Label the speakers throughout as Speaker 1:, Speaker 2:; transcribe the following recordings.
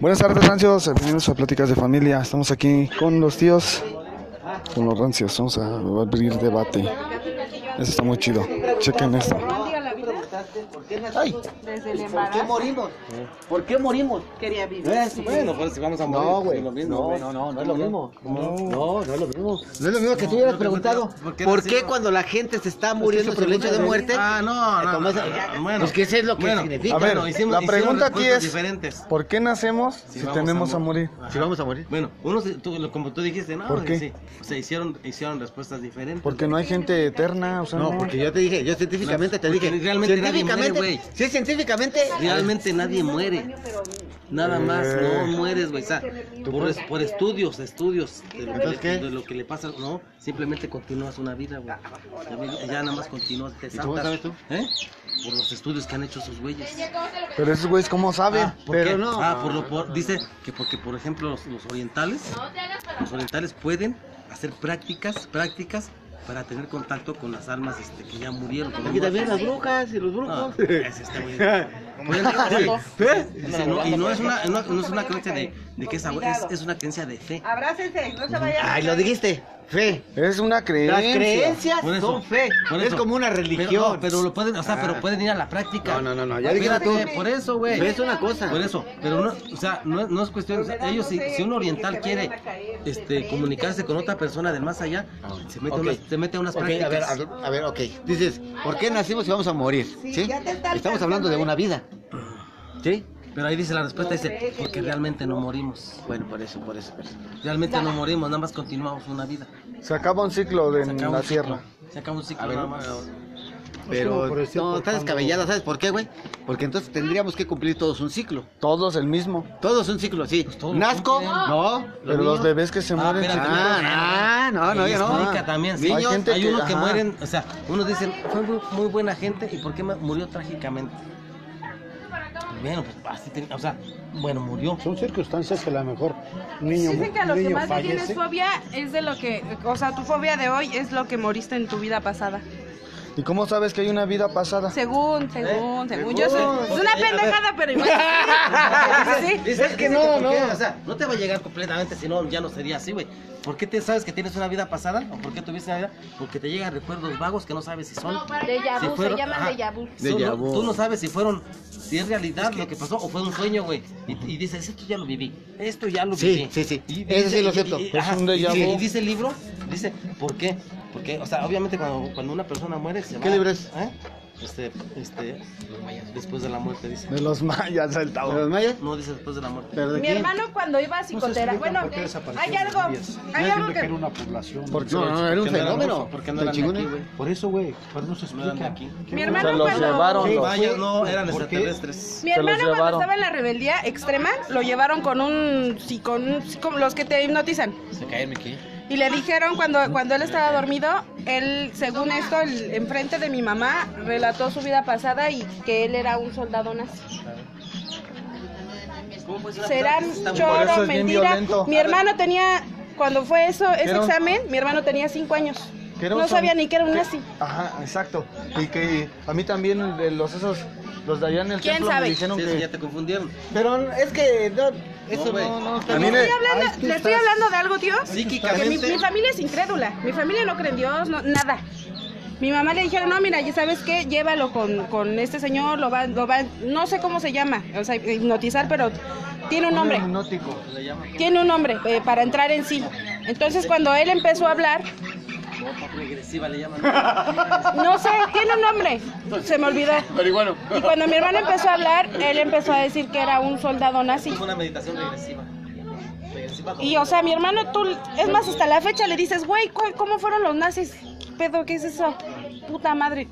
Speaker 1: Buenas tardes, rancios. Bienvenidos a Pláticas de Familia. Estamos aquí con los tíos, con los rancios. Vamos a abrir debate.
Speaker 2: Este.
Speaker 1: Eso está muy chido. Chequen esto.
Speaker 3: Ay,
Speaker 4: Desde
Speaker 3: ¿Por
Speaker 4: el
Speaker 3: qué
Speaker 4: embarazo.
Speaker 3: morimos? ¿Por qué morimos? Este,
Speaker 4: Quería vivir.
Speaker 3: Es,
Speaker 4: sí.
Speaker 3: bueno,
Speaker 5: pues si vamos a morir,
Speaker 3: no, güey.
Speaker 5: es
Speaker 3: No,
Speaker 5: lo mismo, güey.
Speaker 3: no, no, no es lo mismo. No, no, no es lo mismo. No es lo mismo que tú
Speaker 5: No,
Speaker 3: hubieras
Speaker 5: no te
Speaker 3: preguntado.
Speaker 5: pregunto,
Speaker 3: ¿Por
Speaker 5: ¿por
Speaker 3: qué,
Speaker 5: qué nacimos?
Speaker 3: cuando la gente se está muriendo por lecho de muerte?
Speaker 5: Ah, no, no.
Speaker 3: Tomas-
Speaker 5: bueno.
Speaker 3: pues que eso es lo que
Speaker 5: Bueno,
Speaker 3: significa.
Speaker 1: A ver,
Speaker 5: Bueno, hicimos-
Speaker 1: la
Speaker 5: hicimos
Speaker 1: pregunta aquí
Speaker 5: respuestas
Speaker 1: es:
Speaker 5: diferentes.
Speaker 1: ¿por qué nacemos si,
Speaker 5: vamos
Speaker 1: tenemos a morir?
Speaker 3: Si vamos a morir.
Speaker 5: Bueno, uno, se- tú- lo- como tú dijiste, no,
Speaker 1: ¿Por
Speaker 5: sí,
Speaker 1: qué?
Speaker 5: sí. O sea, hicieron, hicieron respuestas diferentes.
Speaker 1: Porque no hay gente eterna. O sea,
Speaker 3: No, porque yo te dije, yo científicamente te
Speaker 5: porque
Speaker 3: dije.
Speaker 5: realmente nadie
Speaker 3: científicamente,
Speaker 5: muere, güey.
Speaker 3: sí, científicamente.
Speaker 5: Realmente nadie muere. Nada más, no mueres, güey. o sea, por, es- por estudios, estudios. De lo, que
Speaker 3: ¿Entonces
Speaker 5: le,
Speaker 3: qué?
Speaker 5: de lo que le pasa, no. Simplemente continúas una vida, güey. Ya vi- Ya nada más continúas. Te
Speaker 3: ¿Y cómo
Speaker 5: saltas,
Speaker 3: sabes tú?
Speaker 5: ¿Eh? Por los estudios que han hecho sus güeyes.
Speaker 1: Pero esos güeyes, ¿cómo saben?
Speaker 5: Ah, ¿por
Speaker 3: pero
Speaker 5: qué?
Speaker 3: no.
Speaker 5: Ah, por lo por- dice que porque por ejemplo los, los orientales, los orientales pueden hacer prácticas, prácticas para tener contacto con las almas este, que ya murieron. con los
Speaker 3: Aquí también las
Speaker 5: muertos.
Speaker 3: brujas y los
Speaker 5: No,
Speaker 3: brujos.
Speaker 5: ese está muy- Pueden-
Speaker 3: ¿Eh?
Speaker 5: Dice, no, y no es una, no, no es una creencia de, de que esa es, es una creencia de fe.
Speaker 4: Abrácense, no se vayan.
Speaker 3: Ay, lo dijiste. Fe.
Speaker 1: Es una creencia.
Speaker 3: Las creencias
Speaker 5: Por eso,
Speaker 3: son fe.
Speaker 5: por
Speaker 3: Es
Speaker 5: eso.
Speaker 3: como una
Speaker 5: Pero no,
Speaker 3: religión. Ah.
Speaker 5: Pero, lo pueden, o sea, pero pueden ir a la práctica.
Speaker 3: No, no, no, no, ya dijiste
Speaker 5: Espérate,
Speaker 3: tú.
Speaker 5: Por eso, güey.
Speaker 3: Ve, es una cosa.
Speaker 5: Por eso, pero no, o sea, no, no es cuestión, o sea, ellos si, si un oriental quiere este comunicarse con otra persona del más allá, se mete a
Speaker 3: Ah. Ok.
Speaker 5: unas, se mete a unas
Speaker 3: Ok, a
Speaker 5: prácticas.
Speaker 3: ver, a ver, a ver, ok. Dices, ¿por qué nacimos y vamos a morir?
Speaker 4: Sí,
Speaker 3: ¿Sí?
Speaker 4: ya te está
Speaker 3: Estamos hablando
Speaker 2: ¿eh?
Speaker 3: de una vida. ¿Sí?
Speaker 5: Pero ahí dice la respuesta dice, porque realmente no morimos.
Speaker 3: Bueno, por eso, por eso, por eso.
Speaker 5: Realmente no morimos, nada más continuamos una vida.
Speaker 1: Se acaba un ciclo de
Speaker 5: Se acaba
Speaker 1: la
Speaker 5: un ciclo,
Speaker 1: tierra.
Speaker 5: Se acaba un ciclo
Speaker 3: A ver,
Speaker 5: nada más.
Speaker 3: Pero no, está descabellada, ¿sabes por qué, güey? Porque entonces tendríamos que cumplir todos un ciclo.
Speaker 1: Todos el mismo.
Speaker 3: Todos un ciclo, sí.
Speaker 5: Pues todos
Speaker 3: Nazco,
Speaker 5: cumplen.
Speaker 3: no.
Speaker 1: Pero los bebés que se
Speaker 5: Ah,
Speaker 1: mueren.
Speaker 5: espérate,
Speaker 3: Ah,
Speaker 5: espérate.
Speaker 3: ah, no, no,
Speaker 5: Y
Speaker 3: yo no.
Speaker 5: explica también, sí.
Speaker 3: Niños,
Speaker 5: hay,
Speaker 1: gente que-
Speaker 5: unos que,
Speaker 1: ajá.
Speaker 5: mueren, o sea, unos dicen, fue muy, muy buena gente y ¿por qué me- murió trágicamente? Bueno, pues así, ten- o sea, bueno, murió.
Speaker 6: Son circunstancias que a lo mejor un niño,
Speaker 2: Dicen que a lo
Speaker 6: un
Speaker 2: que
Speaker 6: niño
Speaker 2: más le tienes
Speaker 6: fallece.
Speaker 2: fobia es de lo que, o sea, tu fobia de hoy es lo que moriste en tu vida pasada.
Speaker 1: ¿Y cómo sabes que hay una vida pasada?
Speaker 3: ¿Eh?
Speaker 2: Según, según, según. Yo sé, es
Speaker 5: Porque,
Speaker 2: una
Speaker 5: a ver.
Speaker 2: pendejada, pero igual. Sí, sí.
Speaker 5: es que no, no. O sea, no te va a llegar completamente, si no, ya no sería así, güey. ¿Por qué te sabes que tienes una vida pasada? ¿O por qué tuviste una vida? Porque te llegan recuerdos vagos que no sabes si son.
Speaker 7: De
Speaker 5: si
Speaker 7: Yabu, se
Speaker 5: fueron-
Speaker 7: llaman
Speaker 5: ajá.
Speaker 7: de Yabu.
Speaker 5: Son-
Speaker 3: Déjà
Speaker 5: no-
Speaker 3: vu.
Speaker 5: Tú no sabes si fueron, si es realidad lo que pasó o fue un sueño, güey. Y, y dices, esto ya lo viví, esto ya lo
Speaker 3: Sí,
Speaker 5: viví.
Speaker 3: sí, sí.
Speaker 5: Y- y
Speaker 3: Eso
Speaker 5: dice-
Speaker 3: sí lo
Speaker 5: y-
Speaker 3: acepto.
Speaker 5: y-
Speaker 3: Es
Speaker 5: ajá,
Speaker 1: un déjà
Speaker 5: y dice-
Speaker 1: vu.
Speaker 5: Y dice el libro, dice, ¿por qué? Porque, o sea, obviamente cuando, cuando una persona muere se va.
Speaker 3: ¿Qué libro es?
Speaker 5: ¿eh? Este, este, después de la muerte, dice.
Speaker 1: De los mayas, el
Speaker 3: ¿De los
Speaker 1: tabú.
Speaker 3: mayas?
Speaker 5: No dice después de la muerte.
Speaker 3: ¿Pero de
Speaker 2: Mi
Speaker 3: quién?
Speaker 2: hermano cuando iba a
Speaker 6: Pues
Speaker 2: psicoterapia, bueno, eh, hay algo, hay
Speaker 6: No
Speaker 2: algo
Speaker 6: siempre
Speaker 2: que...
Speaker 6: que era una población.
Speaker 1: ¿Por qué?
Speaker 3: No, no, era un
Speaker 5: Porque no eran
Speaker 3: fenómeno.
Speaker 5: rusos, porque no
Speaker 3: Del
Speaker 5: eran de
Speaker 3: chingón,
Speaker 5: aquí,
Speaker 3: ¿eh?
Speaker 5: güey.
Speaker 6: Por eso, güey, por eso no se
Speaker 5: No eran de
Speaker 6: explica.
Speaker 5: aquí.
Speaker 2: Mi
Speaker 1: Se
Speaker 2: hermano
Speaker 1: los
Speaker 2: cuando...
Speaker 1: llevaron. los-
Speaker 5: Vaya, no, eran
Speaker 6: ¿Por qué?
Speaker 5: extraterrestres.
Speaker 2: Mi
Speaker 1: Se los
Speaker 2: hermano cuando
Speaker 1: llevaron.
Speaker 2: estaba en la rebeldía extrema, lo llevaron con un, sí, con un- sí, con los que te hipnotizan.
Speaker 5: Se cae mi aquí.
Speaker 2: Y le dijeron cuando, cuando él estaba dormido, él, según esto, el- enfrente de mi mamá, relató su vida pasada y que él era un soldado nazi. Serán
Speaker 1: Por eso
Speaker 2: choro,
Speaker 1: es bien
Speaker 2: mentira.
Speaker 1: violento.
Speaker 2: Mi hermano tenía, cuando fue eso, ese
Speaker 1: Era un-
Speaker 2: examen, mi hermano tenía cinco años.
Speaker 1: Que era un
Speaker 2: No sabía
Speaker 1: sol-
Speaker 2: ni que era un
Speaker 1: que-
Speaker 2: nazi.
Speaker 1: Ajá, exacto. Y que a mí también de los esos, los de allá en el
Speaker 2: ¿Quién
Speaker 1: templo
Speaker 2: sabe?
Speaker 1: me dijeron
Speaker 5: Sí, sí, ya
Speaker 1: que...
Speaker 5: te confundieron.
Speaker 1: Pero es que no,
Speaker 5: No,
Speaker 1: eso
Speaker 5: güey.
Speaker 1: no, no,
Speaker 2: Le
Speaker 1: no.
Speaker 2: estoy hablando,
Speaker 1: Ay, tú
Speaker 2: le estoy
Speaker 1: estás-
Speaker 2: hablando de algo, tío. Que mi,
Speaker 5: Psíquicamente.
Speaker 2: mi familia es incrédula. Mi familia no cree en Dios, no- nada. Mi mamá le dijeron, no, mira, ya sabes qué, llévalo con, con este señor, lo va, lo va, no sé cómo se llama, o sea, hipnotizar, pero tiene un nombre,
Speaker 1: hipnótico.
Speaker 2: tiene un nombre eh, para entrar en sí. Entonces cuando él empezó a hablar,
Speaker 5: Regresiva le llaman.
Speaker 2: no sé, tiene un nombre, se me olvidó. Y cuando mi hermano empezó a hablar, él empezó a decir que era un soldado nazi.
Speaker 5: Es una meditación regresiva. Regresiva.
Speaker 2: Y o sea, mi hermano, tú, es más, hasta la fecha le dices, güey, ¿cu- ¿cómo fueron los nazis? ¿Qué pedo? ¿Qué es eso? Puta madre.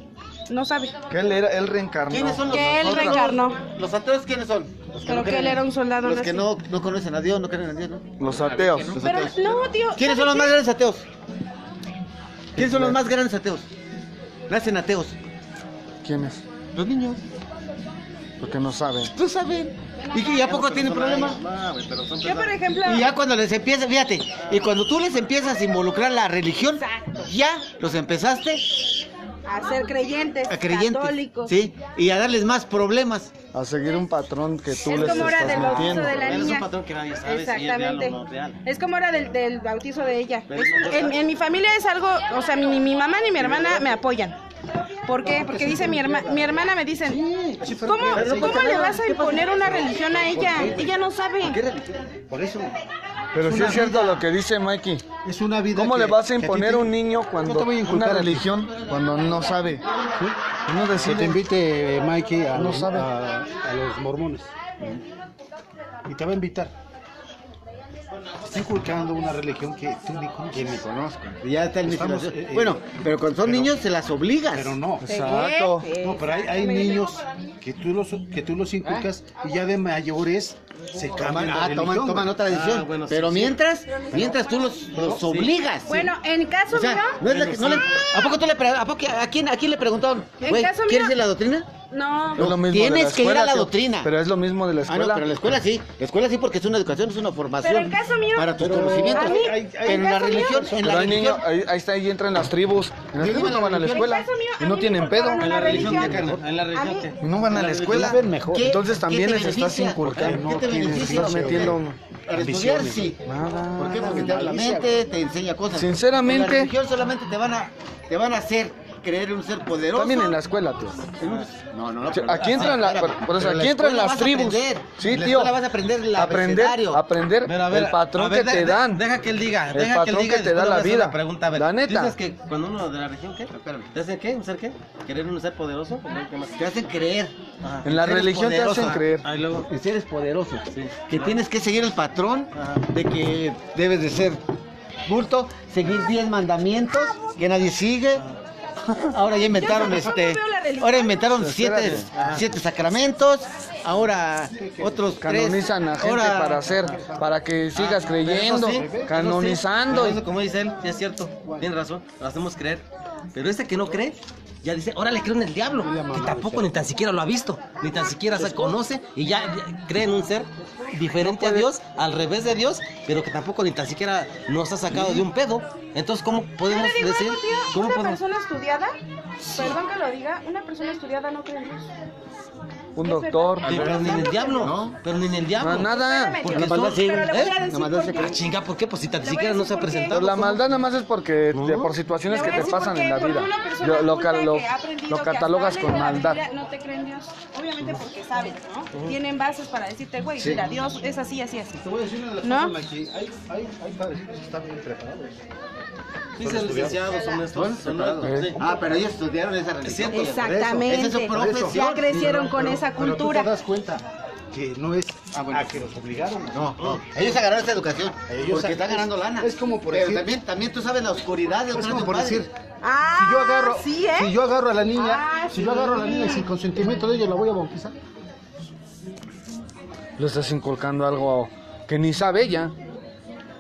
Speaker 2: No sabe.
Speaker 1: Que él era, él reencarnó.
Speaker 3: ¿Quiénes son los
Speaker 2: Que él
Speaker 3: nosotros?
Speaker 2: reencarnó.
Speaker 3: ¿Los ateos quiénes son? Los
Speaker 2: Creo que
Speaker 3: creen
Speaker 2: él
Speaker 3: en-
Speaker 2: era un soldado
Speaker 3: Los que
Speaker 2: nazi.
Speaker 3: no, no conocen a Dios, no creen en Dios, ¿no?
Speaker 1: Los ateos.
Speaker 3: Los
Speaker 2: Pero
Speaker 3: ateos.
Speaker 2: no, tío.
Speaker 3: ¿Quiénes son los más grandes ateos? ¿Quiénes son los más grandes ateos? Nacen ateos.
Speaker 1: ¿Quiénes?
Speaker 3: Los niños.
Speaker 1: Porque no saben.
Speaker 3: Tú sabes. ¿Y que ya poco tienen problemas?
Speaker 5: No, güey, pero son
Speaker 2: Yo, por ejemplo,
Speaker 3: Y ya cuando les empieza, fíjate, y cuando tú les empiezas a involucrar la religión, ya los empezaste
Speaker 2: a ser creyentes,
Speaker 3: a creyentes.
Speaker 2: católicos.
Speaker 3: Sí, y a darles más problemas.
Speaker 1: A seguir un patrón que tú
Speaker 2: Es
Speaker 1: les
Speaker 2: como era
Speaker 1: estás
Speaker 2: del bautizo
Speaker 1: metiendo.
Speaker 2: de la
Speaker 5: Es un
Speaker 2: niña.
Speaker 5: patrón que nadie sabe si es real o no real.
Speaker 2: Es como era del, del bautizo de ella.
Speaker 5: Pero
Speaker 2: Es-
Speaker 5: no,
Speaker 2: en, en mi familia es algo, o sea, ni mi mamá ni mi hermana me apoyan. ¿Por qué? Porque dice mi hermana, mi hermana me dicen, ¿cómo, ¿cómo le vas a imponer una religión a ella? Ella no sabe.
Speaker 3: ¿Qué religión? Por eso.
Speaker 1: Pero sí es cierto lo que dice Mikey.
Speaker 6: Es una vida.
Speaker 1: ¿Cómo
Speaker 6: que-
Speaker 1: le vas a
Speaker 6: que ti
Speaker 1: imponer
Speaker 6: te-
Speaker 1: a un niño
Speaker 6: No
Speaker 1: cuando
Speaker 6: te voy a
Speaker 1: una
Speaker 6: inculcar a ti.
Speaker 1: religión cuando no sabe?
Speaker 6: ¿Sí?
Speaker 1: Uno
Speaker 6: Que te
Speaker 1: decide.
Speaker 6: invite eh, Mikey a,
Speaker 1: No
Speaker 6: los,
Speaker 1: sabe.
Speaker 6: a, a los mormones. Y te va a invitar. Está inculcando una religión que tú ni
Speaker 3: Que ni
Speaker 6: conoces.
Speaker 3: conozco. Ya está el
Speaker 6: Estamos,
Speaker 3: mestizaje.
Speaker 6: eh, eh,
Speaker 3: Bueno, pero cuando son
Speaker 6: pero-
Speaker 3: niños se las obligas.
Speaker 6: Pero no.
Speaker 1: Exacto.
Speaker 2: Sí,
Speaker 6: No, pero hay, hay
Speaker 2: exactamente.
Speaker 6: niños que tú los que tú los inculcas y ya de mayores se
Speaker 3: Toman,
Speaker 6: cambian
Speaker 3: ah,
Speaker 6: de
Speaker 3: toman,
Speaker 6: religión,
Speaker 3: toman
Speaker 6: güey.
Speaker 3: otra decisión.
Speaker 5: Ah, bueno, sí,
Speaker 3: pero
Speaker 5: sí.
Speaker 3: mientras, mientras tú los, los obligas.
Speaker 2: Bueno, en caso
Speaker 3: O sea,
Speaker 2: mío,
Speaker 3: no es la que- no le- ¿a poco tú le pre- a, poco- a quién, a quién le preguntaron?
Speaker 2: En
Speaker 3: Güey,
Speaker 2: caso
Speaker 3: ¿quieres
Speaker 2: mío-
Speaker 3: ir a la doctrina?
Speaker 2: no.
Speaker 1: Es lo mismo de la
Speaker 3: Tienes que ir
Speaker 1: escuela,
Speaker 3: a la
Speaker 1: tío.
Speaker 3: doctrina.
Speaker 1: Pero es lo mismo de la
Speaker 3: Ah,
Speaker 1: escuela.
Speaker 3: no, pero la escuela sí. La escuela sí porque es una educación, es una formación.
Speaker 2: Pero en caso mío-
Speaker 3: Para tus
Speaker 2: Pero-
Speaker 3: conocimientos.
Speaker 2: a mí-
Speaker 3: pero en
Speaker 2: en
Speaker 3: la
Speaker 2: caso mío-
Speaker 3: religión, en
Speaker 1: Pero
Speaker 3: la
Speaker 1: hay
Speaker 3: religión.
Speaker 1: niños, ahí, ahí está, ahí entran las tribus. En las tribus no van a la escuela.
Speaker 2: En caso mío,
Speaker 1: Y
Speaker 2: a
Speaker 1: no
Speaker 2: mí
Speaker 1: tienen
Speaker 2: me
Speaker 1: pedo.
Speaker 2: inculcaron una
Speaker 5: religión,
Speaker 2: religión.
Speaker 5: carnal, en la religión, ¿qué?
Speaker 1: Y no van a la escuela.
Speaker 6: Viven mejor.
Speaker 3: ¿Qué-
Speaker 1: Entonces
Speaker 3: qué
Speaker 1: también
Speaker 3: te
Speaker 1: les estás
Speaker 3: beneficia?
Speaker 1: inculcando.
Speaker 3: ¿Qué te
Speaker 1: les
Speaker 3: beneficia?
Speaker 1: estás metiendo
Speaker 3: Para estudiar sí.
Speaker 1: nada.
Speaker 3: ¿Por qué? Porque te abre la mente, te enseña cosas.
Speaker 1: Sinceramente-
Speaker 3: En la religión solamente te van a, te van a hacer creer un ser poderoso.
Speaker 1: También en Ah. la escuela, tío.
Speaker 3: en un- No, no, no. pero-
Speaker 1: Aquí entran, la-
Speaker 3: espérame.
Speaker 1: por eso,
Speaker 3: Pero en
Speaker 1: aquí
Speaker 3: la
Speaker 1: entran
Speaker 3: escuela
Speaker 1: las
Speaker 3: vas a
Speaker 1: tribus.
Speaker 3: aprender.
Speaker 1: Sí,
Speaker 3: En la
Speaker 1: tío.
Speaker 3: escuela vas a aprender el
Speaker 1: aprender,
Speaker 3: abecedario.
Speaker 1: aprender
Speaker 5: Pero, a ver,
Speaker 1: el patrón
Speaker 5: a ver,
Speaker 1: que
Speaker 5: de-
Speaker 1: te
Speaker 5: de-
Speaker 1: dan.
Speaker 5: Deja que él diga.
Speaker 1: El
Speaker 5: deja
Speaker 1: patrón
Speaker 5: que, él diga,
Speaker 1: que
Speaker 5: y
Speaker 1: te da
Speaker 5: después le
Speaker 1: la
Speaker 5: voy a hacer
Speaker 1: vida.
Speaker 5: una Pregunta, a ver,
Speaker 1: La neta.
Speaker 5: Dices que cuando uno de la religión, ¿qué?
Speaker 3: Espérame.
Speaker 5: ¿Te hacen qué? ¿Un ser qué? ¿Querer un ser poderoso? ¿Querer qué más?
Speaker 3: Te hacen creer.
Speaker 5: Ajá.
Speaker 1: En la
Speaker 3: Eres
Speaker 1: religión te
Speaker 3: poderoso.
Speaker 1: hacen creer.
Speaker 5: Ahí Ah, luego.
Speaker 3: En seres poderosos.
Speaker 5: Sí.
Speaker 3: Que tienes que seguir el patrón
Speaker 5: Ajá.
Speaker 3: de que debes de ser bulto, seguir 10 mandamientos que nadie sigue. Ahora ya inventaron
Speaker 2: Yo no- yo no
Speaker 3: este,
Speaker 2: veo la religión.
Speaker 3: ahora inventaron siete,
Speaker 1: Espérate.
Speaker 3: siete sacramentos, ahora otros tres,
Speaker 1: Canonizan a gente
Speaker 3: ahora-
Speaker 1: para hacer, para que sigas
Speaker 5: Ah,
Speaker 1: creyendo,
Speaker 5: pero eso sí,
Speaker 1: canonizando.
Speaker 5: eso sí, eso como dice él, sí es cierto, tiene razón, lo hacemos creer. Pero ese que no cree, ya dice, ahora le creo en el diablo, que tampoco ni tan siquiera lo ha visto, ni tan siquiera se conoce, y ya ya cree en un ser diferente a Dios, al revés de Dios, pero que tampoco ni tan siquiera nos ha sacado de un pedo. Entonces, ¿cómo
Speaker 2: Yo
Speaker 5: podemos
Speaker 2: le digo
Speaker 5: decir?
Speaker 2: algo, tío,
Speaker 5: ¿Cómo
Speaker 2: una
Speaker 5: podemos?
Speaker 2: persona estudiada, perdón que lo diga, una persona estudiada no cree en Dios.
Speaker 1: Un doctor.
Speaker 5: Pero, ni en el diablo, Pero ni en el diablo.
Speaker 1: No, nada.
Speaker 2: Espérame, tío,
Speaker 5: Porque la maldad sí,
Speaker 2: pero le voy
Speaker 5: ¿eh?
Speaker 2: a decir
Speaker 3: La maldad
Speaker 2: por
Speaker 3: se
Speaker 2: qué.
Speaker 5: Ah, chinga, ¿por qué? Pues si tan
Speaker 2: Te voy a
Speaker 5: siquiera no se ha
Speaker 2: decir por qué.
Speaker 5: presentado.
Speaker 1: la maldad nada más es porque de- por situaciones
Speaker 2: Te
Speaker 1: que
Speaker 2: voy a
Speaker 1: te
Speaker 2: decir
Speaker 1: pasan
Speaker 2: por
Speaker 1: en
Speaker 2: qué,
Speaker 1: la
Speaker 2: porque
Speaker 1: vida.
Speaker 2: una persona
Speaker 1: Lo, lo
Speaker 2: culta
Speaker 1: ca-
Speaker 2: que
Speaker 1: lo-
Speaker 2: ha aprendido
Speaker 1: lo
Speaker 2: que hasta
Speaker 1: catalogas
Speaker 2: antes
Speaker 1: con
Speaker 2: de la
Speaker 1: maldad.
Speaker 2: Biblia No te creen Dios, obviamente porque saben, ¿no? Tienen bases para decirte, güey, mira, Dios es así, así, así.
Speaker 6: Te voy a decir una de las
Speaker 2: ¿No?
Speaker 6: cosas, Mikey. Hay, hay, hay padrecitos que están bien preparados.
Speaker 5: Dicen licenciados, son estos, son estos,
Speaker 6: Eh.
Speaker 5: sí.
Speaker 3: Ah, pero ellos estudiaron esa religión.
Speaker 5: Por eso,
Speaker 2: Exactamente.
Speaker 3: esa es su
Speaker 2: Pues ya
Speaker 3: profesión.
Speaker 2: crecieron con esa
Speaker 6: Pero tú te
Speaker 2: cultura. Ah,
Speaker 6: das cuenta que no es a que los obligaron.
Speaker 3: No, no, ellos agarraron esa educación
Speaker 6: Ellos
Speaker 3: porque
Speaker 6: a-
Speaker 3: están ganando lana.
Speaker 6: es como por
Speaker 3: Pero
Speaker 6: decir-
Speaker 3: también, también tú sabes la oscuridad de
Speaker 6: Es
Speaker 3: otro
Speaker 6: como
Speaker 3: tu
Speaker 6: por
Speaker 3: padre.
Speaker 6: decir,
Speaker 2: Ah,
Speaker 6: si yo agarro,
Speaker 2: sí, ¿eh?
Speaker 6: si yo agarro a la niña,
Speaker 2: Ah,
Speaker 6: si yo agarro a la niña y
Speaker 2: sí.
Speaker 6: sin consentimiento de ella la voy a bautizar.
Speaker 1: Le estás inculcando algo que ni sabe ella.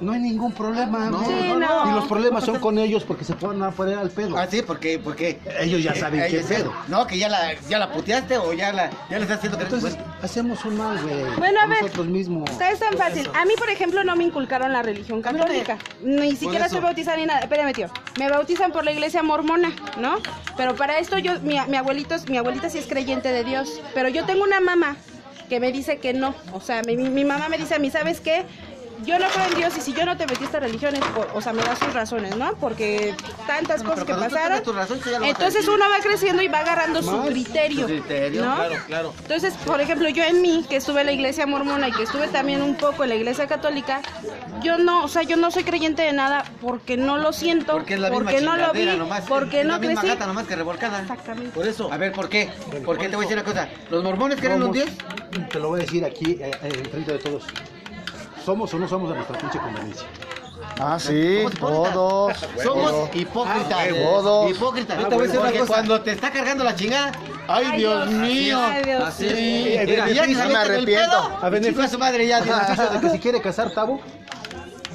Speaker 6: No hay ningún problema. güey.
Speaker 2: Sí, no.
Speaker 6: Y los problemas son con ellos porque se ponen a poner al pedo.
Speaker 3: Ah, sí, porque, porque
Speaker 6: Ellos ya saben qué
Speaker 3: ellos-
Speaker 6: pedo.
Speaker 3: No, que Eh, ya la, ya la puteaste o ya la, ya le estás haciendo que
Speaker 6: Entonces, hacemos un mal, güey.
Speaker 2: Bueno, a ver.
Speaker 6: Nosotros mismos.
Speaker 2: Está es tan fácil. A mí, por ejemplo, no me inculcaron la religión católica. Ni siquiera soy bautizada ni nada. Espérame, tío. Me bautizan por la iglesia mormona, ¿no? Pero para esto yo, mi, mi abuelito, mi abuelita sí es creyente de Dios. Pero yo tengo una mamá que me dice que no. O sea, mi, mi- mi mamá me dice a mí, ¿sabes qué? Yo no creo en Dios y si yo no te metí a estas religiones, por- o sea, me da sus razones, ¿no? Porque tantas
Speaker 3: Bueno,
Speaker 2: cosas
Speaker 3: pero
Speaker 2: que
Speaker 3: cuando tú
Speaker 2: pasaron.
Speaker 3: tengas tu razón, tú ya lo vas a
Speaker 2: Entonces
Speaker 3: decir.
Speaker 2: uno va creciendo y va agarrando su criterio,
Speaker 3: su criterio,
Speaker 2: ¿no?
Speaker 5: Claro, claro.
Speaker 2: Entonces, por ejemplo, yo en mí, que estuve en la iglesia mormona y que estuve también un poco en la iglesia católica, yo no, o sea, yo no soy creyente de nada porque no lo siento,
Speaker 3: Porque
Speaker 2: porque,
Speaker 3: es la misma
Speaker 2: no lo vi,
Speaker 3: chingadera nomás.
Speaker 2: porque
Speaker 3: es
Speaker 2: no
Speaker 3: la misma
Speaker 2: crecí.
Speaker 3: gata nomás que revolcada.
Speaker 2: Exactamente.
Speaker 5: Por eso.
Speaker 3: A ver, ¿por qué? Porque te voy a decir una cosa. ¿Los mormones creen en un
Speaker 6: Somos-
Speaker 3: dios?
Speaker 6: Te lo voy a decir aquí, eh, eh, enfrente de todos. Somos o no somos a nuestra pinche conveniencia.
Speaker 1: Ah, sí, todos.
Speaker 3: Somos hipócritas.
Speaker 1: Ah, huevos.
Speaker 3: Hipócritas.
Speaker 6: Yo te voy a decir una
Speaker 3: Porque
Speaker 6: cosa.
Speaker 3: cuando te está cargando la chingada, ay, Dios mío.
Speaker 2: Ay, Dios
Speaker 5: Así
Speaker 2: mío.
Speaker 3: Sí,
Speaker 6: A
Speaker 3: mira, ya
Speaker 6: beneficio-
Speaker 3: ni
Speaker 1: me arrepiento.
Speaker 6: A beneficio-
Speaker 3: de su madre ya. Dios.
Speaker 6: beneficio de que si quiere casar Tabo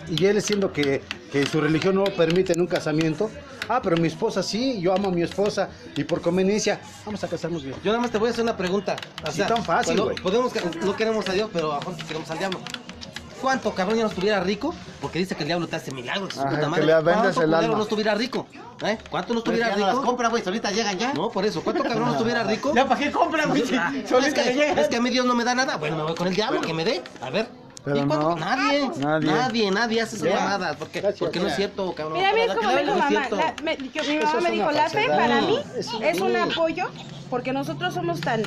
Speaker 6: y él siendo que, que su religión no permite un casamiento. Ah, pero mi esposa sí, yo amo a mi esposa y por conveniencia vamos a casarnos bien.
Speaker 5: Yo nada más te voy a hacer una pregunta. O
Speaker 6: Así tan fácil,
Speaker 5: cuando
Speaker 6: güey.
Speaker 5: Podemos, que- no queremos a Dios, pero a fuerza queremos al diablo. cuánto cabrón ya no estuviera rico? Porque dice que el diablo te hace milagros. su
Speaker 1: Ajá,
Speaker 5: puta
Speaker 1: que
Speaker 5: madre.
Speaker 1: le vendes
Speaker 5: ¿Cuánto
Speaker 1: el
Speaker 5: culero
Speaker 1: alma?
Speaker 5: no estuviera rico? ¿Eh? ¿Cuánto no
Speaker 3: Pero
Speaker 5: estuviera
Speaker 3: ya no
Speaker 5: rico?
Speaker 3: las compra, güey, ahorita llegan ya.
Speaker 5: No, por eso. ¿Cuánto cabrón no estuviera rico?
Speaker 3: Ya para qué compra, güey.
Speaker 5: Ah,
Speaker 3: Solo
Speaker 5: es,
Speaker 3: que
Speaker 5: que, es que a mí Dios no me da nada. Bueno, me voy con el diablo que me dé. A ver.
Speaker 1: Pero
Speaker 5: ¿Y cuánto?
Speaker 1: no.
Speaker 3: Ah,
Speaker 5: Nadie,
Speaker 3: pues,
Speaker 1: Nadie.
Speaker 5: nadie, nadie, hace esas mamadas. Porque, porque no es cierto, cabrón.
Speaker 2: Mira, mira, es como me
Speaker 5: Claro que
Speaker 2: dijo
Speaker 5: no es
Speaker 2: mamá.
Speaker 5: cierto.
Speaker 2: la- me- yo- mi
Speaker 6: Eso
Speaker 2: mamá
Speaker 6: es
Speaker 2: me
Speaker 6: una
Speaker 2: dijo, la fe
Speaker 6: falsedad.
Speaker 2: para mí
Speaker 6: Eso
Speaker 2: es un
Speaker 6: sí.
Speaker 2: apoyo porque nosotros somos tan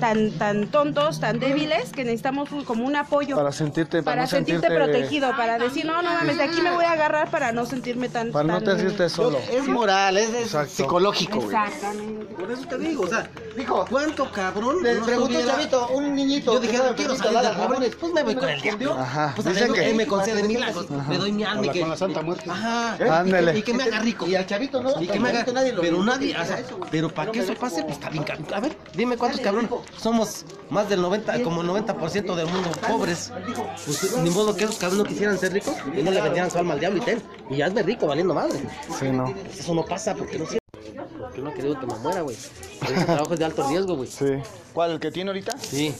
Speaker 2: tan tan tontos, tan débiles que necesitamos un- como un apoyo
Speaker 1: Para sentirte- para
Speaker 2: para
Speaker 1: no
Speaker 2: sentirte
Speaker 1: sentirte-
Speaker 2: protegido, para decir, no, no mames, de aquí me voy a agarrar para no sentirme tan
Speaker 1: Para Pues no
Speaker 2: tan-
Speaker 1: te sientes solo.
Speaker 3: Es moral, es, es
Speaker 1: Exacto.
Speaker 3: psicológico, güey.
Speaker 2: Exactamente.
Speaker 5: Por eso te digo, o sea,
Speaker 3: Dijo,
Speaker 5: ¿cuánto cabrón?
Speaker 3: le
Speaker 5: no
Speaker 3: preguntó un
Speaker 5: estuviera-
Speaker 3: chavito, un niñito.
Speaker 5: Yo dije,
Speaker 3: que
Speaker 5: no quiero
Speaker 3: permito
Speaker 5: salir
Speaker 3: dar
Speaker 5: de
Speaker 3: a jabones.
Speaker 5: jabones, pues me voy con el diablo.
Speaker 1: Ajá.
Speaker 5: Pues
Speaker 1: Dicen
Speaker 5: Dicen
Speaker 1: que-
Speaker 5: que Pues, me concede milagros, le doy mi alma y
Speaker 6: Habla
Speaker 5: que...
Speaker 6: con la Santa Muerte.
Speaker 5: Ajá.
Speaker 1: ¿Eh? Ándale.
Speaker 5: Y, que me haga rico.
Speaker 3: Y al chavito, ¿no?
Speaker 5: Y que me haga...
Speaker 3: Chavito nadie lo-
Speaker 5: pero nadie, o sea,
Speaker 3: eso, güey.
Speaker 5: pero para que eso pase, pues está bien cabrón. A ver, dime cuántos cabrones.
Speaker 3: dijo.
Speaker 5: Somos más del 90, como el 90% del mundo pobres. Pues ni modo que esos cabrones no quisieran ser ricos y no le vendieran su alma al diablo y ten. Y hazme rico, valiendo madre.
Speaker 1: Sí, no.
Speaker 5: Eso no pasa porque no sirve. Porque no ha querido que me muera, güey. Ese trabajo es de alto riesgo, güey.
Speaker 1: Sí. ¿Cuál? ¿El que tiene ahorita?
Speaker 5: Sí.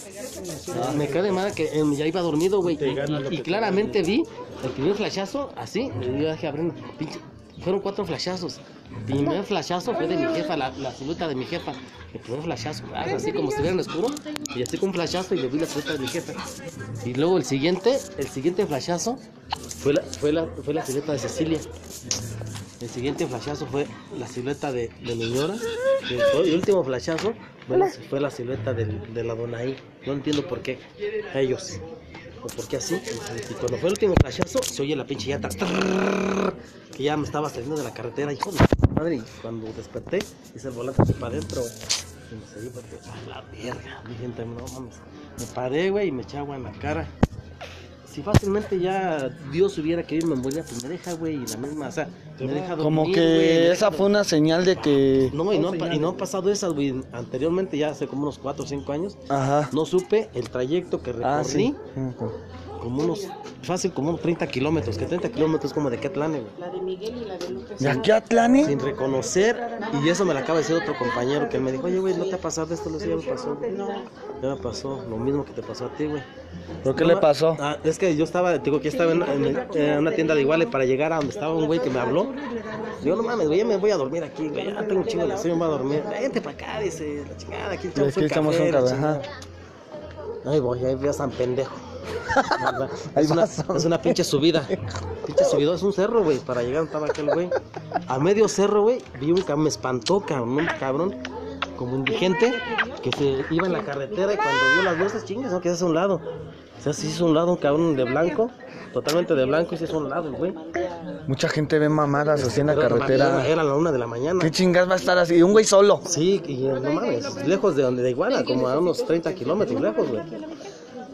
Speaker 5: Ah, Me cae de madre que em, ya iba dormido, güey. Y, y claramente vi el primer flashazo, así. Y yo dije a Brenda, pinche. Fueron cuatro flashazos. El primer flashazo fue de mi jefa, la, la silueta de mi jefa. El primer flashazo, ah, así como estuviera en oscuro. Y así con un flashazo y le vi la silueta de mi jefa. Y luego el siguiente, el siguiente flashazo fue la, fue la, fue la silueta de Cecilia. El siguiente flashazo fue la silueta de, de mi señora. Y el, el último flashazo fue la, fue la silueta del- de la Donaí. No entiendo por qué ellos. O por qué así. Y cuando fue el último flashazo, se oye la pinche llanta. trrrr, Que ya me estaba saliendo de la carretera. Hijo de su madre. Y cuando desperté, hice el volante así para adentro. Y me salí porque, a la verga. Dije, no mames. Me paré, güey, y me eché agua en la cara si fácilmente ya Dios hubiera querido me envolver, pues me deja, güey, y la misma, o sea, me deja dormir,
Speaker 1: Como
Speaker 5: güey, me
Speaker 1: que
Speaker 5: deja
Speaker 1: esa fue una señal de que.
Speaker 5: No, y no, han pa- y no han pasado esas, güey, anteriormente, ya hace como unos 4 o 5 años,
Speaker 1: Ajá.
Speaker 5: no supe el trayecto que recorrí,
Speaker 1: Ah, sí.
Speaker 5: como unos, fácil, como unos 30 kilómetros, que 30 kilómetros es como de Catlane, güey,
Speaker 1: ¿Y aquí a Tlane?
Speaker 5: sin reconocer, y eso me lo acaba de decir otro compañero, que él me dijo, oye, güey, no te ha pasado esto, le dije, ya me pasó, güey. ya me pasó, lo mismo que te pasó a ti, güey.
Speaker 1: ¿Pero qué
Speaker 5: No,
Speaker 1: le
Speaker 5: no,
Speaker 1: pasó?
Speaker 5: ah, es que yo estaba, te digo que estaba en, en- en una tienda de iguales para llegar a donde estaba un güey que me habló. Digo, no mames, güey, ya me voy a dormir aquí, güey. Ya tengo un chingo de sueño, me voy a dormir. Vente para acá, dice, la chingada, aquí echamos
Speaker 1: Aquí
Speaker 5: un
Speaker 1: estamos
Speaker 5: café.
Speaker 1: un
Speaker 5: la
Speaker 1: café,
Speaker 5: chingada.
Speaker 1: ajá.
Speaker 5: Ahí voy, ahí veo a San Pendejo.
Speaker 1: Ahí
Speaker 5: es, una,
Speaker 1: vas,
Speaker 5: es una pinche subida. Pinche subida, es un cerro, güey. Para llegar estaba aquel güey. A medio cerro, güey, vi un cabrón, me espantó, cabrón, un cabrón como indigente que se iba en la carretera y cuando vio las luces, chingas, ¿no? Que se hace a un lado. O sea, se hizo a un lado un cabrón de blanco, totalmente de blanco y se hizo a un lado, güey.
Speaker 1: Mucha gente ve mamadas así en la
Speaker 5: Pero
Speaker 1: carretera.
Speaker 5: Era, era la una de la mañana.
Speaker 1: ¿Qué chingas va a estar así? Y un güey solo.
Speaker 5: Sí, y eh, no mames, lejos de donde de Iguala, como a unos 30 kilómetros lejos, güey.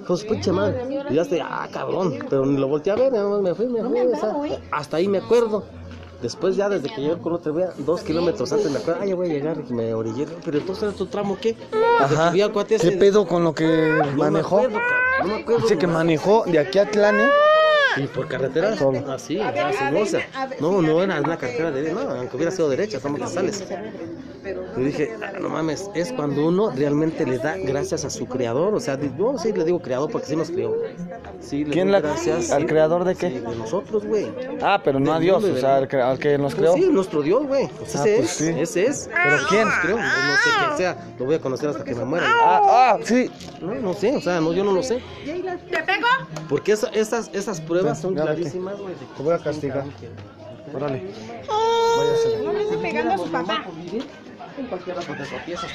Speaker 5: Pues pinche madre, y ya estoy, ah, cabrón, pero ni lo volteé a ver, nada más me fui, me fui, o sea, hasta ahí me acuerdo. Después ya desde que llegué con otra vez, dos kilómetros antes me acuerdo, ah, ya voy a llegar, y me orillé, pero entonces era tu tramo, ¿qué? Desde que
Speaker 1: Ajá.
Speaker 5: vi al cuate ese,
Speaker 1: ¿Qué pedo con lo que
Speaker 5: Ah, no me
Speaker 1: manejó?
Speaker 5: acuerdo, cabrón, No me acuerdo.
Speaker 1: Dice que manejó de aquí a Tlane.
Speaker 5: Y por carretera, así, ya sin bolsa. ah, No, no era una carretera de no, aunque hubiera sido derecha, estamos que sales. Y dije, "Ah, no mames, es cuando uno realmente le da gracias a su creador. O sea, di- yo sí le digo creador porque sí nos crió. Sí, le
Speaker 1: ¿Quién
Speaker 5: doy
Speaker 1: la-
Speaker 5: gracias
Speaker 1: al creador de qué?
Speaker 5: Sí, de nosotros, güey.
Speaker 1: Ah, pero no a Dios, o sea, al que, al que nos
Speaker 5: Pues
Speaker 1: creó.
Speaker 5: sí, nuestro Dios, güey. Pues
Speaker 1: Ah,
Speaker 5: ese
Speaker 1: pues
Speaker 5: es,
Speaker 1: sí.
Speaker 5: ese es.
Speaker 1: ¿Pero quién?
Speaker 5: Nos creó, no sé quién sea, lo voy a conocer hasta que me muera.
Speaker 1: Ah, ah, sí.
Speaker 5: No, no sé, o sea, no, yo no lo sé.
Speaker 2: ¿Te pego?
Speaker 5: Porque esa- esas, esas pruebas son
Speaker 1: Ya, vete.
Speaker 5: clarísimas, güey. de
Speaker 1: Te voy a castigar.
Speaker 5: que-
Speaker 1: Órale.
Speaker 2: No le esté pegando a su papá.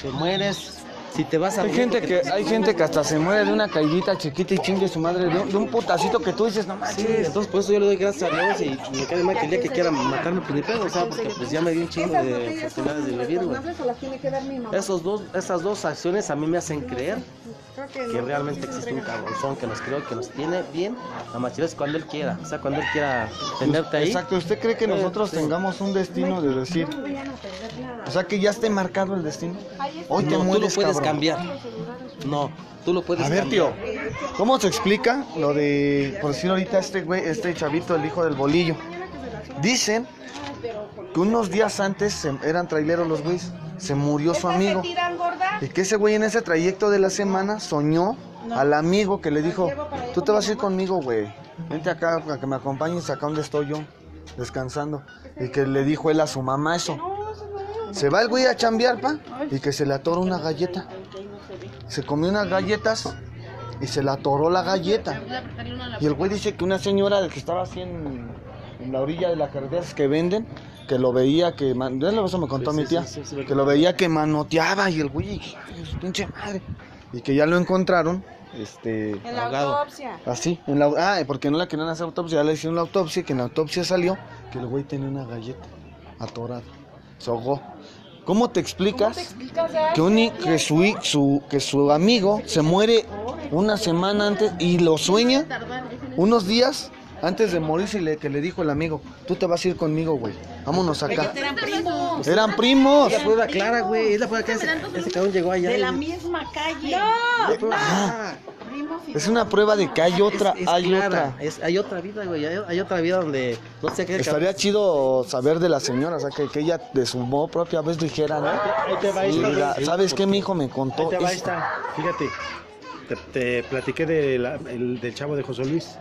Speaker 5: te mueres. Si te vas a
Speaker 1: Hay gente que, hay gente que hasta se muere de una caidita chiquita y chingue su madre de un, de un putacito que tú dices, no
Speaker 5: Sí,
Speaker 1: manches.
Speaker 5: entonces por eso yo le doy gracias a Dios y me cae mal que el día que quiera matarme, pues ni pedo, o sea, porque pues ya me dio un chingo de oportunidades de vivir, güey. Esos dos, esas dos acciones a mí me hacen creer que realmente existe un cabronzón que nos creó, que nos tiene bien a machilas cuando él quiera, o sea, cuando él quiera tenerte ahí.
Speaker 1: Exacto, ¿usted cree que nosotros
Speaker 5: Este,
Speaker 1: tengamos un destino de decir? O sea, que ya esté marcado el destino. Hoy te
Speaker 5: no, tú lo
Speaker 1: mueres,
Speaker 5: puedes
Speaker 1: cabrón.
Speaker 5: cambiar. No, tú lo puedes
Speaker 1: A ver, tío,
Speaker 5: cambiar.
Speaker 1: ¿cómo se explica lo de, por decir ahorita, este güey, este chavito, el hijo del bolillo? Dicen que unos días antes se- eran traileros los güeyes, se murió su amigo.
Speaker 2: ¿Te tiran gorda?
Speaker 1: Y que ese güey en ese trayecto de la semana soñó al amigo que le dijo, tú te vas a ir conmigo, güey. vente acá para que me acompañes acá donde estoy yo, descansando. Y que le dijo él a su mamá eso. Se va el güey a chambear, pa, y que se le atora una galleta. Se comió unas galletas y se le atoró la galleta. Y el güey dice que una señora que estaba así en, en la orilla de la carretera esas que venden, que lo veía que. man- ya lo- Eso me contó mi tía. que lo veía que manoteaba y el güey, "Hijo de su pinche madre. Y que ya lo encontraron, este.
Speaker 2: En la
Speaker 1: ahogado.
Speaker 2: autopsia.
Speaker 1: Así, en la, ah, porque no la querían hacer autopsia, ya le hicieron la autopsia, que en la autopsia salió que el güey tenía una galleta atorada, se ahogó. ¿Cómo te
Speaker 2: ¿Cómo
Speaker 1: explicas
Speaker 2: te explicas a
Speaker 1: que, un, i-
Speaker 2: alguien?
Speaker 1: que, su, i- su- que su amigo se muere una semana antes y lo sueña unos días antes de morirse y le- que le dijo el amigo, tú te vas a ir conmigo, güey, vámonos acá.
Speaker 4: Eran primos.
Speaker 1: Eran primos.
Speaker 4: Era
Speaker 3: La prueba clara, güey. Es la prueba clara. Ese, ese cabrón llegó allá.
Speaker 4: De
Speaker 3: y-
Speaker 4: la misma calle.
Speaker 2: No,
Speaker 1: Ah,
Speaker 4: Primos y-
Speaker 1: es una prueba de que hay otra,
Speaker 3: Es- es
Speaker 1: hay
Speaker 3: clara,
Speaker 1: otra.
Speaker 3: es- hay otra vida, güey. Hay, hay otra vida donde no sé qué.
Speaker 1: Estaría chido saber de la señora, o sea, que, que ella de su modo propia vez dijera, ¿no?
Speaker 6: Ahí te va
Speaker 1: Sí,
Speaker 6: esta.
Speaker 1: mira, ¿Sabes qué? Mi hijo me
Speaker 6: Ahí
Speaker 1: contó.
Speaker 6: te va
Speaker 1: esto.
Speaker 6: esta. Fíjate, te, te platiqué de la- el- del chavo de José Luis.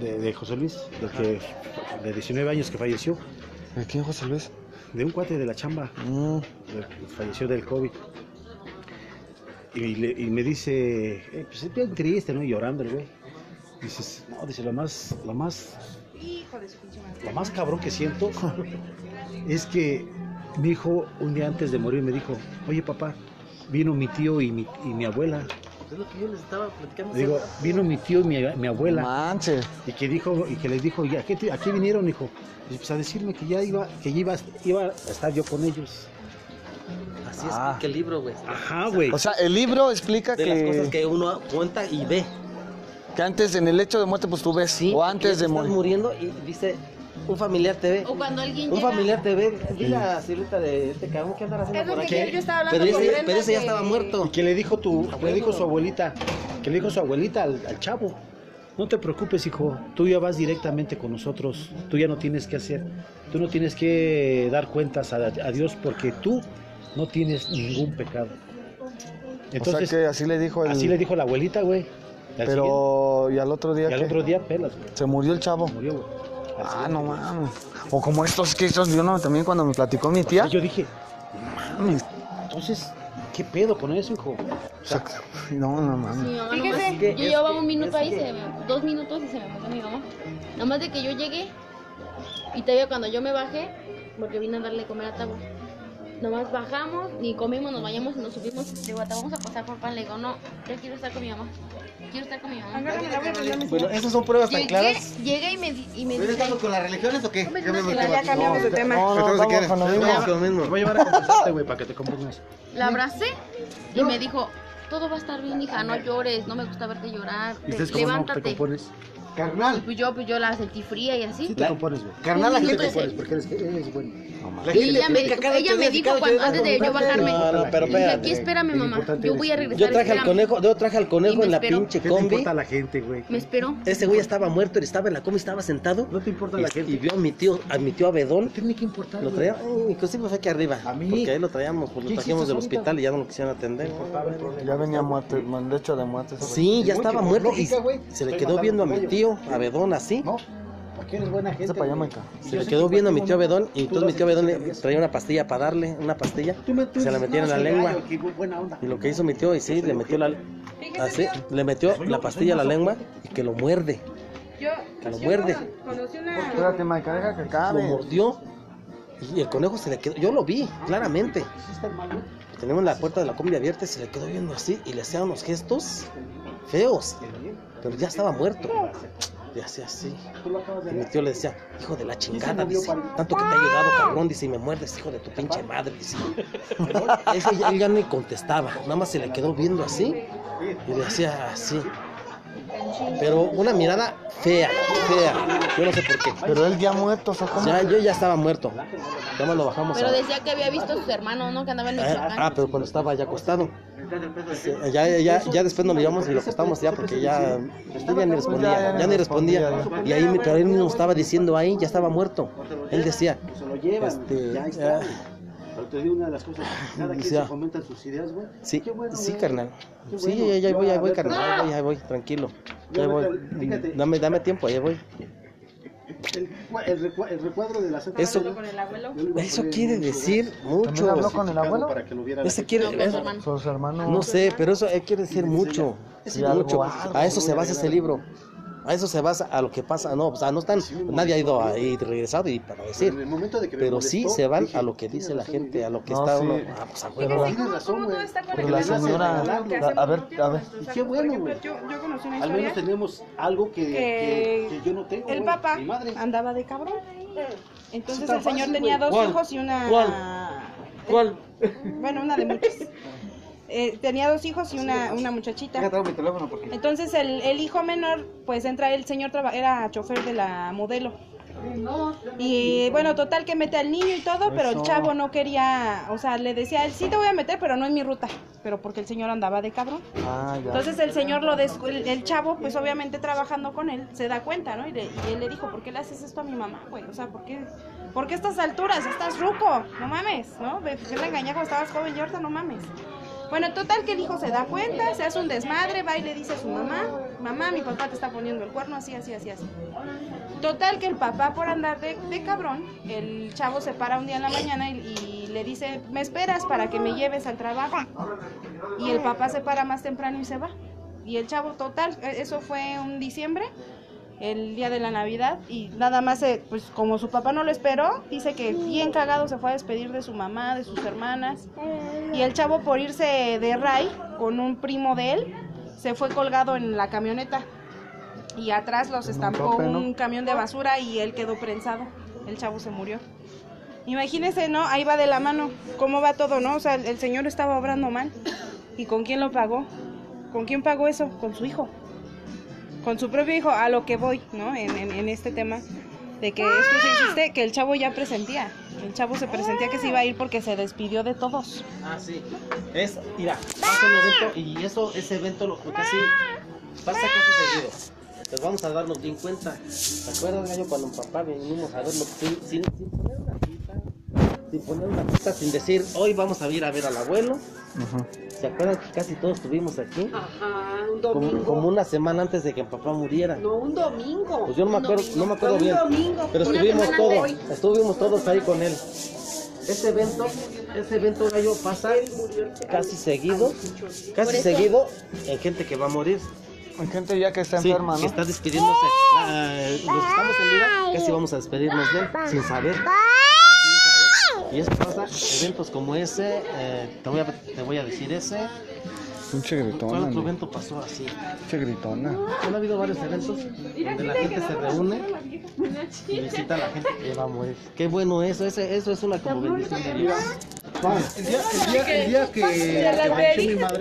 Speaker 6: De, de José Luis, del que, de 19 años que falleció.
Speaker 1: ¿De quién, José Luis?
Speaker 6: De un cuate de la chamba.
Speaker 1: Mm,
Speaker 6: del- Falleció del COVID. Y, le- y me dice, eh, pues es bien triste, ¿no? Y llorando el güey. Dices, no, dice, lo más, lo más lo más cabrón que siento es que mi hijo un día antes de morir me dijo, oye papá, vino mi tío y mi, y mi abuela.
Speaker 3: Es lo que yo les estaba platicando.
Speaker 6: Digo, vino mi tío y mi, mi abuela.
Speaker 1: manches.
Speaker 6: Y que dijo, y que les dijo, "¿Y a qué, te- a qué vinieron, hijo? Y pues a decirme que ya iba, que ya iba, iba a estar yo con ellos.
Speaker 5: Así es
Speaker 1: Ah.
Speaker 5: que el libro, güey.
Speaker 6: Ajá, güey.
Speaker 1: O sea, el libro explica
Speaker 5: De
Speaker 1: que,
Speaker 5: las cosas que uno cuenta y ve.
Speaker 1: que antes, en el hecho de muerte, pues tú ves. o antes de
Speaker 5: estás
Speaker 1: morir.
Speaker 5: muriendo y dice, un familiar te ve.
Speaker 4: O cuando alguien
Speaker 5: Un
Speaker 4: llega.
Speaker 5: familiar te ve. Vi la silueta de este cabrón que andará
Speaker 2: es
Speaker 5: haciendo
Speaker 2: lo
Speaker 5: por
Speaker 2: que
Speaker 5: aquí.
Speaker 2: yo, yo estaba hablando
Speaker 5: Pero
Speaker 2: con
Speaker 5: ese,
Speaker 2: Brenda
Speaker 5: pero ese ya
Speaker 2: que-
Speaker 5: estaba muerto.
Speaker 6: Y que le dijo tu, que le dijo su abuelita, que le dijo su abuelita al, al chavo, no te preocupes hijo, tú ya vas directamente con nosotros, tú ya no tienes que hacer, tú no tienes que dar cuentas a, a Dios porque tú no tienes ningún pecado.
Speaker 1: o
Speaker 6: Entonces,
Speaker 1: sea, que así le dijo el.
Speaker 6: así le dijo la abuelita, güey. Al
Speaker 1: Pero, ¿y al otro día
Speaker 6: siguiente- y al
Speaker 1: qué?
Speaker 6: otro día pelas, güey.
Speaker 1: Se murió el chavo.
Speaker 6: Murió, güey. Al
Speaker 1: Ah,
Speaker 6: siguiente
Speaker 1: no
Speaker 6: día.
Speaker 1: mames. O como estos que estos yo no, también cuando me platicó mi tía.
Speaker 6: Y yo dije, "Mames, entonces, ¿qué pedo con eso, hijo?
Speaker 1: O sea, no, no mames.
Speaker 4: Mi mamá
Speaker 2: Fíjese,
Speaker 4: nomás-
Speaker 2: es
Speaker 5: que-
Speaker 4: yo
Speaker 5: es
Speaker 4: llevaba
Speaker 5: que-
Speaker 4: un minuto
Speaker 5: es
Speaker 4: ahí,
Speaker 5: que-
Speaker 4: se me- dos minutos y se me mató mi mamá. Nada más de que yo llegué y te veo cuando yo me bajé, porque vine a darle comer a Tabo. Nomás bajamos, ni comimos, nos bañamos y nos subimos. Le digo, a Tabo, vamos a pasar por pan. Le digo, no, yo quiero estar con mi mamá. Quiero estar con mi mamá.
Speaker 2: Agárrame la voy a poner
Speaker 5: Bueno, esas son pruebas tan
Speaker 4: Llegué,
Speaker 5: claras.
Speaker 4: llegué y me, di- y me
Speaker 3: ¿Pero
Speaker 4: dice,
Speaker 3: estamos con las religiones o qué?
Speaker 4: Hombre,
Speaker 3: Cambiamos
Speaker 4: no,
Speaker 3: el
Speaker 4: ya
Speaker 3: tema.
Speaker 2: cambiamos de tema.
Speaker 1: No, no,
Speaker 3: Entonces, ¿qué
Speaker 1: vamos
Speaker 3: eres?
Speaker 1: con lo mismo.
Speaker 3: Vamos con lo mismo.
Speaker 6: Te voy a llevar a confesarte, güey, para que te compongas.
Speaker 4: la abracé y me dijo, todo va a estar bien, hija, no llores, no me gusta verte llorar.
Speaker 6: ¿Y ustedes cómo no te
Speaker 4: Levántate.
Speaker 6: compones?
Speaker 4: y
Speaker 3: Carnal,
Speaker 4: pues yo, pues yo la sentí fría y así.
Speaker 6: Sí te compones, güey.
Speaker 3: carnal, la
Speaker 4: Sí,
Speaker 6: Sí te
Speaker 3: gente.
Speaker 4: entonces-
Speaker 6: compones, porque eres, eres bueno.
Speaker 3: la
Speaker 4: Y
Speaker 3: gente-
Speaker 4: ella me,
Speaker 3: Cada
Speaker 4: ella
Speaker 3: ocho
Speaker 4: me
Speaker 3: días,
Speaker 4: dijo
Speaker 3: cada ocho
Speaker 4: cuando-
Speaker 3: días,
Speaker 4: antes de yo bajarme.
Speaker 5: No, no, pero
Speaker 4: Y dije,
Speaker 5: espérate.
Speaker 4: aquí espérame,
Speaker 6: Lo
Speaker 4: mamá.
Speaker 6: importante
Speaker 4: Yo
Speaker 6: es-
Speaker 4: voy a regresar.
Speaker 5: Yo traje al
Speaker 4: espérame".
Speaker 5: conejo, yo traje al
Speaker 4: Y
Speaker 5: conejo
Speaker 4: me
Speaker 5: en la
Speaker 4: esperó.
Speaker 6: ¿Qué
Speaker 5: pinche
Speaker 6: te
Speaker 5: combi.
Speaker 6: importa a la gente,
Speaker 5: ¿eh?
Speaker 6: güey?
Speaker 4: Me esperó.
Speaker 5: Ese güey estaba muerto, él estaba en la combi, estaba sentado.
Speaker 6: No te importa
Speaker 5: y,
Speaker 6: la gente.
Speaker 5: y vio a mi tío, a mi tío Abedón.
Speaker 6: tiene que importar,
Speaker 5: Lo
Speaker 6: güey.
Speaker 5: traía, eh, inclusive fue aquí arriba.
Speaker 6: A mí.
Speaker 5: Porque ahí lo traíamos, pues lo
Speaker 6: ¿Qué
Speaker 5: trajimos
Speaker 6: hiciste
Speaker 5: del
Speaker 6: ahorita?
Speaker 5: hospital y ya no lo quisieron atender.
Speaker 1: Ya venía muerte, man, de hecho de muerte. ese güey.
Speaker 5: Sí, ya
Speaker 6: Igual
Speaker 5: estaba
Speaker 6: que por
Speaker 5: muerto y
Speaker 6: Pues, lógica, güey,
Speaker 5: se le
Speaker 6: estoy
Speaker 5: quedó
Speaker 6: matando
Speaker 5: viendo a
Speaker 6: un
Speaker 5: mi
Speaker 6: gallo.
Speaker 5: tío Abedón así.
Speaker 6: No, porque eres buena gente.
Speaker 1: Este pa' allá,
Speaker 6: güey.
Speaker 1: Maica.
Speaker 6: Y
Speaker 5: Se
Speaker 6: yo
Speaker 5: le
Speaker 6: sé
Speaker 5: quedó
Speaker 6: que
Speaker 5: viendo a mi
Speaker 6: cualquier
Speaker 5: tío Abedón
Speaker 6: momento
Speaker 5: y
Speaker 6: tú
Speaker 5: entonces mi
Speaker 6: lo
Speaker 5: tío Abedón le
Speaker 6: haces.
Speaker 5: traía una pastilla para darle, una pastilla.
Speaker 6: Tú me- tú
Speaker 5: Se la
Speaker 6: dices,
Speaker 5: metía en
Speaker 6: no,
Speaker 5: la
Speaker 6: soy
Speaker 5: lengua.
Speaker 6: gallo, qué bu- buena onda.
Speaker 5: Y lo que hizo mi tío, y sí, le metió la, así, le metió la pastilla a la lengua y que lo muerde.
Speaker 2: Yo,
Speaker 5: Que lo
Speaker 2: yo
Speaker 5: muerde.
Speaker 2: cono- conocí una.
Speaker 1: Espérate, Maica, deja que
Speaker 5: Lo
Speaker 1: acabe.
Speaker 5: mordió y el conejo se le quedó. Yo lo vi, claramente. Tenemos la puerta de la combi abierta y se le quedó viendo así y le hacía unos gestos feos. Pero ya estaba muerto. Le hacía así. Y mi tío le decía, hijo de la chingada, dice. Tanto que te he ayudado, cabrón, dice, y me muerdes, hijo de tu pinche madre, dice. Ese ya- él ya ni contestaba, nada más se le quedó viendo así y le hacía así. Pero una mirada fea, fea. Yo no sé por qué.
Speaker 1: Pero él ya muerto, o sea, ¿cómo?
Speaker 5: Ya, yo ya estaba muerto. Ya más lo bajamos.
Speaker 4: Pero
Speaker 5: a-
Speaker 4: decía que había visto a sus hermanos, ¿no? Que andaban en
Speaker 5: Ah, ah,
Speaker 4: Michoacán.
Speaker 5: pero cuando estaba ya acostado. Sí, Ya, ya, ya, ya después nos lo llevamos y lo acostamos ya porque ya, yo ya ni respondía, ya ni respondía. Y ahí, mi- pero él mismo estaba diciendo ahí, ya estaba muerto. Él decía,
Speaker 6: Se lo llevan,
Speaker 5: Este,
Speaker 6: güey, ya ahí está,
Speaker 5: ah.
Speaker 6: güey. Pero te digo una de las cosas, cada quien
Speaker 5: Decía.
Speaker 6: se comentan sus ideas, güey.
Speaker 5: sí,
Speaker 6: Qué bueno,
Speaker 5: sí,
Speaker 6: güey.
Speaker 5: carnal.
Speaker 6: Qué
Speaker 5: Sí,
Speaker 6: bueno. ¡Ah!
Speaker 5: ya, ya, ahí voy, ahí voy,
Speaker 6: Yo, a ver,
Speaker 5: carnal, ahí voy, ahí voy, tranquilo. Ya voy. Dame, dame tiempo, ya voy.
Speaker 6: El, recua- el recua- el recuadro de la Santa
Speaker 5: Eso,
Speaker 6: Claus,
Speaker 2: con el abuelo.
Speaker 6: yo le iba a
Speaker 5: eso
Speaker 6: poner
Speaker 5: quiere
Speaker 6: en su
Speaker 5: decir
Speaker 1: ¿También habló
Speaker 5: mucho.
Speaker 1: con el
Speaker 6: lugar
Speaker 1: abuelo?
Speaker 6: Para que lo viera la
Speaker 5: Este
Speaker 6: gente.
Speaker 5: quiere.
Speaker 4: No, con
Speaker 5: es-
Speaker 4: su hermano.
Speaker 1: Sus hermanos.
Speaker 5: No sé, pero eso eh, quiere decir mucho.
Speaker 1: Sí, algo,
Speaker 5: mucho.
Speaker 1: algo,
Speaker 5: A eso se basa ese libro. A eso se basa a lo que pasa. No, o sea, no están. Nadie ha ido ahí regresado y para
Speaker 6: Pero en
Speaker 5: decir.
Speaker 6: el momento de que me
Speaker 5: Pero sí
Speaker 6: molestó,
Speaker 5: se van
Speaker 6: dije,
Speaker 5: a lo que dice
Speaker 6: "Tiene
Speaker 5: la
Speaker 6: razón,
Speaker 5: gente, a lo que
Speaker 1: No,
Speaker 5: está
Speaker 1: sí.
Speaker 5: uno. Ah, pues a
Speaker 1: Pero
Speaker 5: huevo.
Speaker 1: la-
Speaker 6: Tienes razón, güey.
Speaker 1: Pero la
Speaker 6: conectado
Speaker 1: señora,
Speaker 6: con el
Speaker 1: la-
Speaker 6: regalo que
Speaker 1: a ver, a ver,
Speaker 6: Y qué bueno, güey.
Speaker 2: Yo, yo conocí una
Speaker 6: Al
Speaker 2: historia.
Speaker 6: menos tenemos algo que,
Speaker 2: que-
Speaker 6: que, que yo no tengo.
Speaker 2: El
Speaker 6: güey.
Speaker 2: papá Ah.
Speaker 6: Mi madre.
Speaker 2: andaba de cabrón. Entonces
Speaker 6: Está
Speaker 2: el señor
Speaker 6: fácil,
Speaker 2: tenía
Speaker 6: güey.
Speaker 2: dos
Speaker 5: ¿Cuál?
Speaker 2: hijos y una.
Speaker 5: ¿Cuál?
Speaker 2: Bueno, una de muchas. Eh, tenía dos hijos y una, una muchachita.
Speaker 6: traigo mi teléfono porque.
Speaker 2: Entonces el, el hijo menor, pues entra el señor, traba- era chofer de la modelo. Y bueno, total que mete al niño y todo, pero el chavo no quería, o sea, le decía, él sí te voy a meter, pero no en mi ruta, pero porque el señor andaba de cabrón.
Speaker 1: Ah, ya.
Speaker 2: Entonces el señor lo descu- el, el chavo, pues obviamente trabajando con él, se da cuenta, ¿no? Y, le- y él le dijo, ¿por qué le haces esto a mi mamá, güey? O sea, ¿por qué, por qué a estas alturas? Estás ruco, no mames, ¿no? Ve, Yo la engañé cuando estabas joven y ahorita no mames. Bueno, total que el hijo se da cuenta, se hace un desmadre, va y le dice a su mamá, mamá, mi papá te está poniendo el cuerno, así, así, así, así. Total que el papá por andar de, de cabrón, el chavo se para un día en la mañana y, y le dice, me esperas para que me lleves al trabajo. Y el papá se para más temprano y se va. Y el chavo total, eh, eso fue un diciembre, el día de la Navidad, y nada más, eh, pues como su papá no lo esperó, dice que bien cagado se fue a despedir de su mamá, de sus hermanas. Y el chavo por irse de Ray con un primo de él, se fue colgado en la camioneta. Y atrás los
Speaker 1: En un
Speaker 2: estampó
Speaker 1: tope, ¿no?
Speaker 2: un camión de basura y él quedó prensado. El chavo se murió. Imagínense, ¿no? Ahí va de la mano. ¿Cómo va todo, no? O sea, el, el señor estaba obrando mal. ¿Y con quién lo pagó? ¿Con quién pagó eso? Con su hijo. Con su propio hijo, a lo que voy, ¿no? En, en- en este tema de que esto sí existe, que el chavo ya presentía. El chavo se presentía que se iba a ir porque se despidió de todos.
Speaker 5: Ah, sí. Es, mira, pasa un evento y eso, ese evento lo lo casi pasa casi seguido. Pero vamos a darnos bien cuenta. ¿Te acuerdas, gallo, cuando mi papá venimos a verlo sin, sin, sin poner una cita? Sin poner una cita, sin decir, hoy vamos a ir a ver al abuelo.
Speaker 1: Ujú.
Speaker 5: ¿Se acuerdan que casi todos estuvimos aquí?
Speaker 7: Ajá, un
Speaker 5: Como,
Speaker 7: domingo.
Speaker 5: como una semana antes de que mi papá muriera.
Speaker 7: No, un domingo.
Speaker 5: Pues yo no me acuerdo, no me acuerdo
Speaker 7: Fue
Speaker 5: bien.
Speaker 7: un domingo.
Speaker 5: Pero
Speaker 7: Una
Speaker 5: estuvimos
Speaker 7: semana
Speaker 5: todos,
Speaker 7: antes.
Speaker 5: estuvimos todos ahí con él. Ese evento, ese evento gallo pasa casi seguido, casi seguido en gente que va a morir.
Speaker 1: Hay gente ya que está
Speaker 5: Sí,
Speaker 1: enferma,
Speaker 5: que
Speaker 1: ¿no?
Speaker 5: está despidiéndose. La- los que estamos en vida casi vamos a despedirnos de él sin saber. Sin saber. Y eso pasa, eventos como ese, eh, te, voy a, te voy a decir ese.
Speaker 1: Pinche
Speaker 5: ¿Cuál
Speaker 1: gritona,
Speaker 5: otro
Speaker 1: ¿no?
Speaker 5: evento pasó así?
Speaker 1: Pinche gritona.
Speaker 5: Han habido varios eventos donde la gente se reúne y visita a la gente que va a morir. Qué bueno eso, ese, eso es una como bendición de Dios.
Speaker 6: El día, el día- el día que, que falleció mi madre.